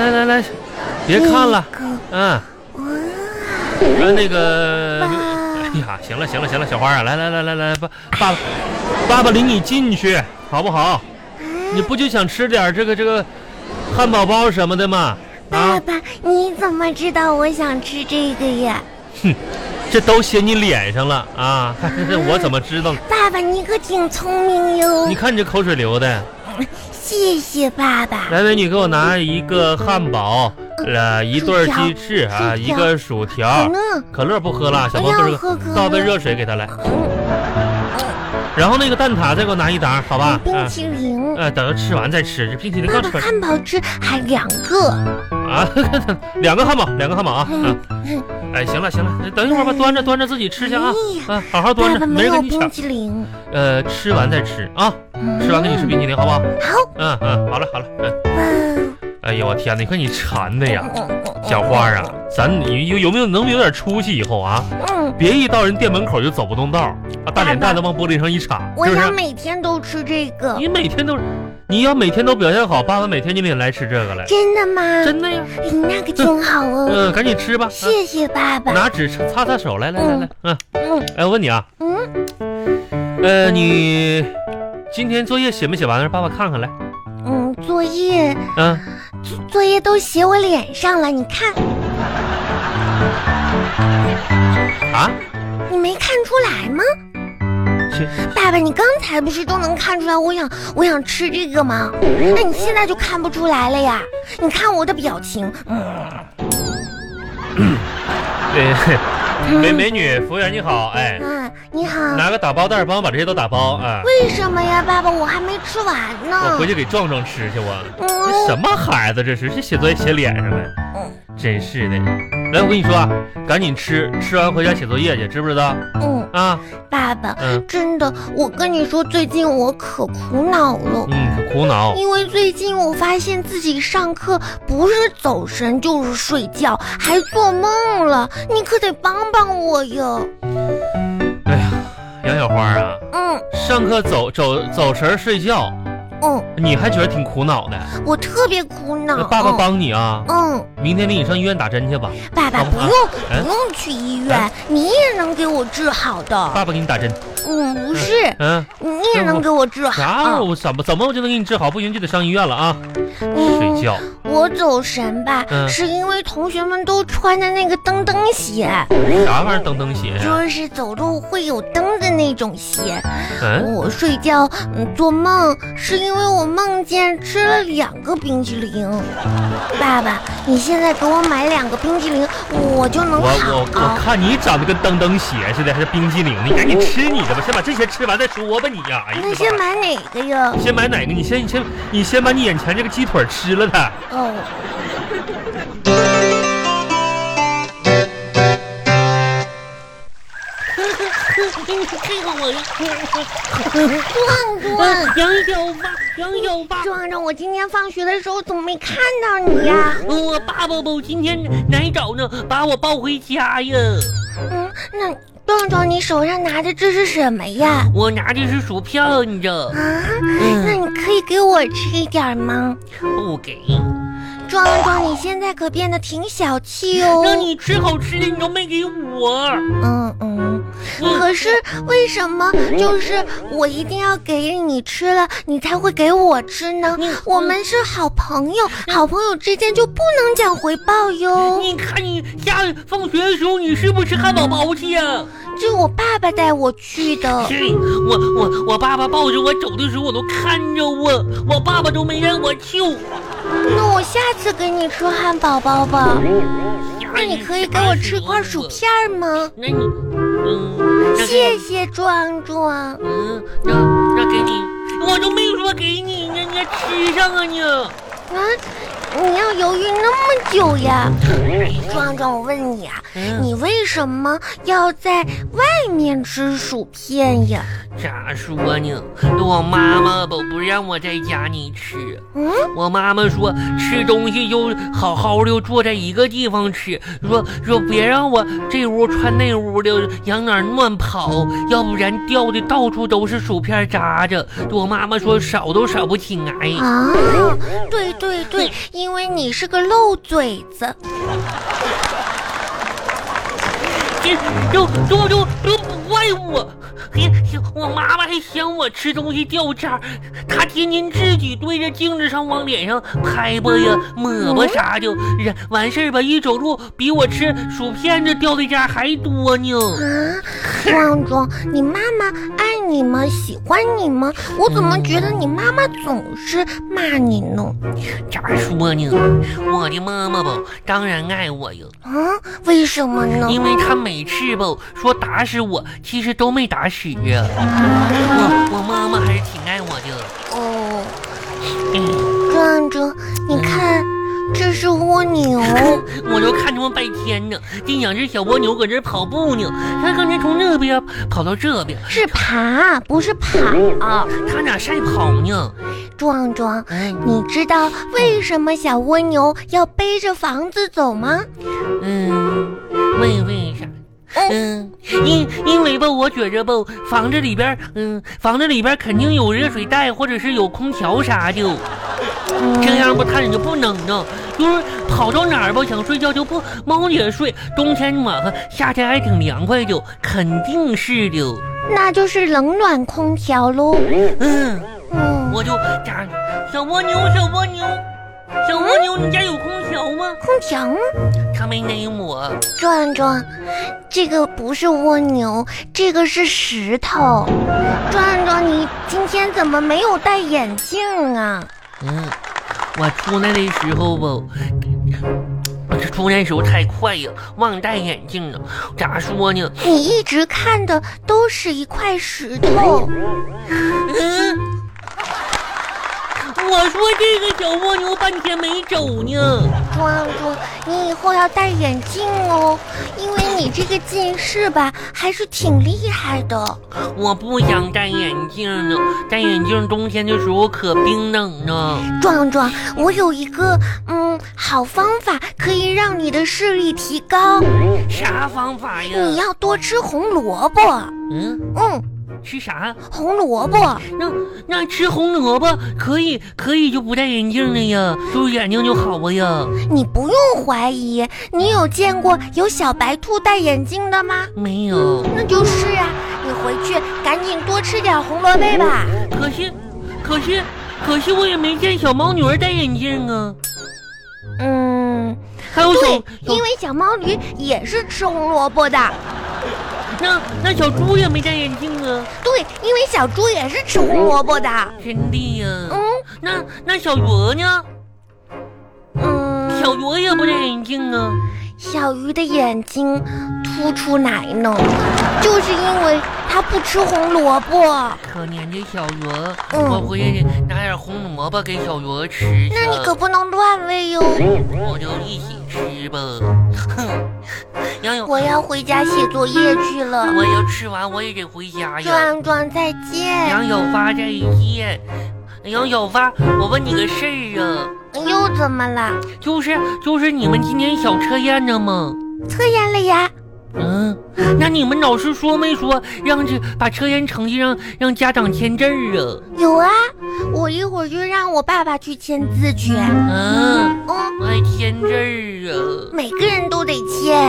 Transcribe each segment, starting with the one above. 来来，别看了，嗯，呃那个，哎呀，行了行了行了，小花啊，来来来来来，爸爸爸爸领你进去好不好？你不就想吃点这个这个汉堡包什么的吗？爸啊，爸，你怎么知道我想吃这个呀？这都写你脸上了啊！ 我怎么知道？爸爸，你可挺聪明哟你！看你这口水流的。谢谢爸爸。来，美女，给我拿一个汉堡，呃，一对儿鸡翅啊，薯条一个薯可条，乐，可乐不喝了，小我朋友要喝喝可乐。倒杯热水给他来。然后那个蛋挞再给我拿一沓，好吧？嗯冰啊，淇淋。呃，等着吃完再吃，这冰淇淋爸刚爸，吃完汉堡吃还两个。嗯啊， 两个汉堡，两个汉堡啊。啊哎，行了行了，等一会儿吧，端着端着自己吃去啊，哎呀啊，好好端爸着，爸没没人有跟你冰抢。淇淋。嗯呃，吃完再吃啊，吃完给你吃冰淇淋，好不好？好。嗯嗯，好了好了，嗯，嗯。哎呦我天哪，你看你馋的哎呀！小花啊，咱你有有没有能不能有点出息以后啊？嗯，别一到人店门口就走不动道儿啊，大脸蛋子往玻璃上一插，我是不想是？每天都吃这个。你每天都，你要每天都表现好，爸爸每天就得来吃这个来，真的吗？真的呀。哎那可挺好哦。嗯，赶紧吃吧，啊谢谢爸爸。拿纸擦擦手，来来来来，嗯，嗯哎，我问你啊，嗯，呃，你今天作业写没写完？让爸爸看看来，嗯，作业嗯，作业都写我脸上了，你看啊，你没看出来吗？写爸爸，你刚才不是都能看出来我想我想吃这个吗？那你现在就看不出来了呀？你看我的表情，对，呃美美女服务员你好，哎，嗯，你好，拿个打包袋儿帮我把这些都打包啊，为什么呀，爸爸？我还没吃完我呢回。去给壮壮吃去我。这嗯，什么孩子这是？这写作业写脸上了，真是的。来，我跟你说啊，赶紧吃，吃完回家写作业去，知不知道？嗯，啊，爸爸，嗯真的，我跟你说，最近我可苦恼了。嗯，可苦恼。因为最近我发现自己上课不是走神就是睡觉，还做梦了，你可得帮帮我哟。哎呀，杨小花啊，嗯上课走走走神儿睡觉，嗯，你还觉得挺苦恼的？我特别苦那恼。爸爸帮你啊，嗯。明天领你上医院打针去吧，嗯，爸爸好吧不啊用嗯不用去医院，你也能给我治好的。哎爸爸给你打针。嗯，不是，嗯，你也能给我治啥？好。我怎么怎么我就能给你治好？不行就得上医院了啊！睡嗯，觉，我走神吧，嗯是因为同学们都穿的那个蹬蹬鞋，哎啥玩意儿蹬蹬鞋啊呀？就是走路会有蹬的那种鞋。嗯，我睡觉，嗯，做梦是因为我梦见吃了两个冰淇淋。爸爸，你现在给我买两个冰淇淋，我就我能好我我看你长得跟蹬蹬鞋似的，还是冰激凌呢？你赶紧吃你的吧，先把这些吃完再说吧你呀！哎呀那先妈呀买哪个呀？先买哪个？你先你先你先把你眼前这个鸡腿吃了它。哦，这个我要，壮壮，杨小发，杨小发，壮壮，我今天放学的时候怎么没看到你呀、我爸爸不今天来找呢，把我抱回家呀。嗯，那壮壮，你手上拿的这是什么呀？我拿的是薯票，你知道？啊，那你可以给我吃一点吗？不给，壮壮，你现在可变得挺小气哦。让你吃好吃的你都没给我。嗯嗯，嗯可是为什么就是我一定要给你吃了，你才会给我吃呢？我们是好朋友，好朋友之间就不能讲回报哟。你看你下放学的时候，你是不是吃汉堡包去呀？这我爸爸带我去 的。嘿，我我我爸爸抱着我走的时候，我都看着我，我爸爸都没让我救。那我下次给你吃汉堡包吧。那你可以给我吃块薯片吗？那你，嗯，那给哎谢谢壮啊壮。嗯，那那给你，我都没说给你呢，你还吃上啊你。啊，你要犹豫那么久呀？壮壮，我问你啊，嗯你为什么要在外面吃薯片呀？咋说呢？我妈妈不不让我在家里吃，嗯，我妈妈说吃东西就好好的坐在一个地方吃，说说别让我这屋穿那屋的，往哪儿乱跑，要不然掉的到处都是薯片渣子。我妈妈说少都少不起来。啊，对对对，因因为你是个漏嘴子。这就就就就不怪我，嘿我妈妈还嫌我吃东西掉渣儿，她天天自己对着镜子上往脸上拍吧呀、抹吧啥的，然完事儿吧，一走路比我吃薯片子掉的渣还多呢。啊，旺中，你妈妈爱你吗？喜欢你吗？我怎么觉得你妈妈总是骂你呢？咋说呢？我的妈妈吧，当然爱我呀。啊，为什么呢？因为他每次吧说打死我，其实都没打死呀。我我妈妈还是挺爱我的。哦，嗯壮壮，你看，这是蜗牛。 我就看他们半天呢，这两只小蜗牛搁这跑步呢。它刚才从那边跑到这边，是爬，不是跑。它俩赛跑呢。壮壮，哎，你知道为什么小蜗牛要背着房子走吗？嗯，为为啥？嗯，因因为吧，我觉着吧，房子里边儿，嗯，房子里边儿肯定有热水袋或者是有空调啥的。这样不，他俩就不能呢，就是跑到哪儿吧，想睡觉就不猫也睡，冬天暖和，夏天还挺凉快的，肯定是的。那就是冷暖空调喽。嗯，嗯，我就咋，小蜗牛，小蜗牛，小蜗牛，你家有空调吗？空调吗？他没勒我，壮壮，这个不是蜗牛，这个是石头。壮壮，你今天怎么没有戴眼镜啊？嗯，我出来的时候吧。嗯我这出来的时候太快呀，忘戴眼镜了。咋说呢？你一直看的都是一块石头。嗯，我说这个小蜗牛半天没走呢。壮壮，你以后要戴眼镜哦，因为你这个近视吧还是挺厉害的。我不想戴眼镜了，戴眼镜冬天的时候可冰冷啊了。壮壮，我有一个嗯好方法，可以让你的视力提高。啥方法呀？你要多吃红萝卜，嗯，嗯，吃啥？红萝卜。那那吃红萝卜可以可以就不戴眼镜了呀，就是眼睛就好啊呀。你不用怀疑，你有见过有小白兔戴眼镜的吗？没有，那就是啊，你回去赶紧多吃点红萝卜吧。可是可是可是我也没见小猫女儿戴眼镜啊。嗯，还有小对，小因为小毛驴也是吃红萝卜的。那那小猪也没戴眼镜啊，对，因为小猪也是吃红萝卜的。真的呀。嗯那那小鹅呢？嗯，小鹅也不戴眼镜啊。小鱼的眼睛凸出来呢，就是因为它不吃红萝卜。可怜的小鹅，嗯我回去拿点红萝卜给小鹅吃去。那你可不能乱喂哟！我就一起 吃吧。 哼，杨勇，我要回家写作业去了。我要吃完我也得回家呀。壮壮再见，杨小发再见。杨小发，我问你个事儿啊，又怎么了？就是就是你们今天小测验呢吗？测验了呀？嗯，那你们老师说没说让这把测验成绩让让家长签字儿有啊，我一会儿就让我爸爸去签字去。啊？嗯，嗯，我还签字儿啊。每个人都得签。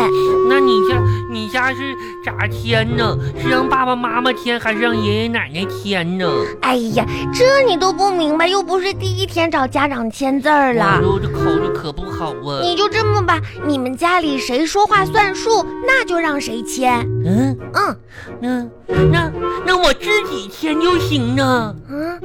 那你家你家是咋签呢？是让爸爸妈妈签，还是让爷爷奶奶签呢？哎呀，这你都不明白，又不是第一天找家长签字儿了。我这口子可不好啊。你就这么吧，你们家里谁说话算数，那就让谁签。嗯，嗯那那那我自己签就行呢。嗯，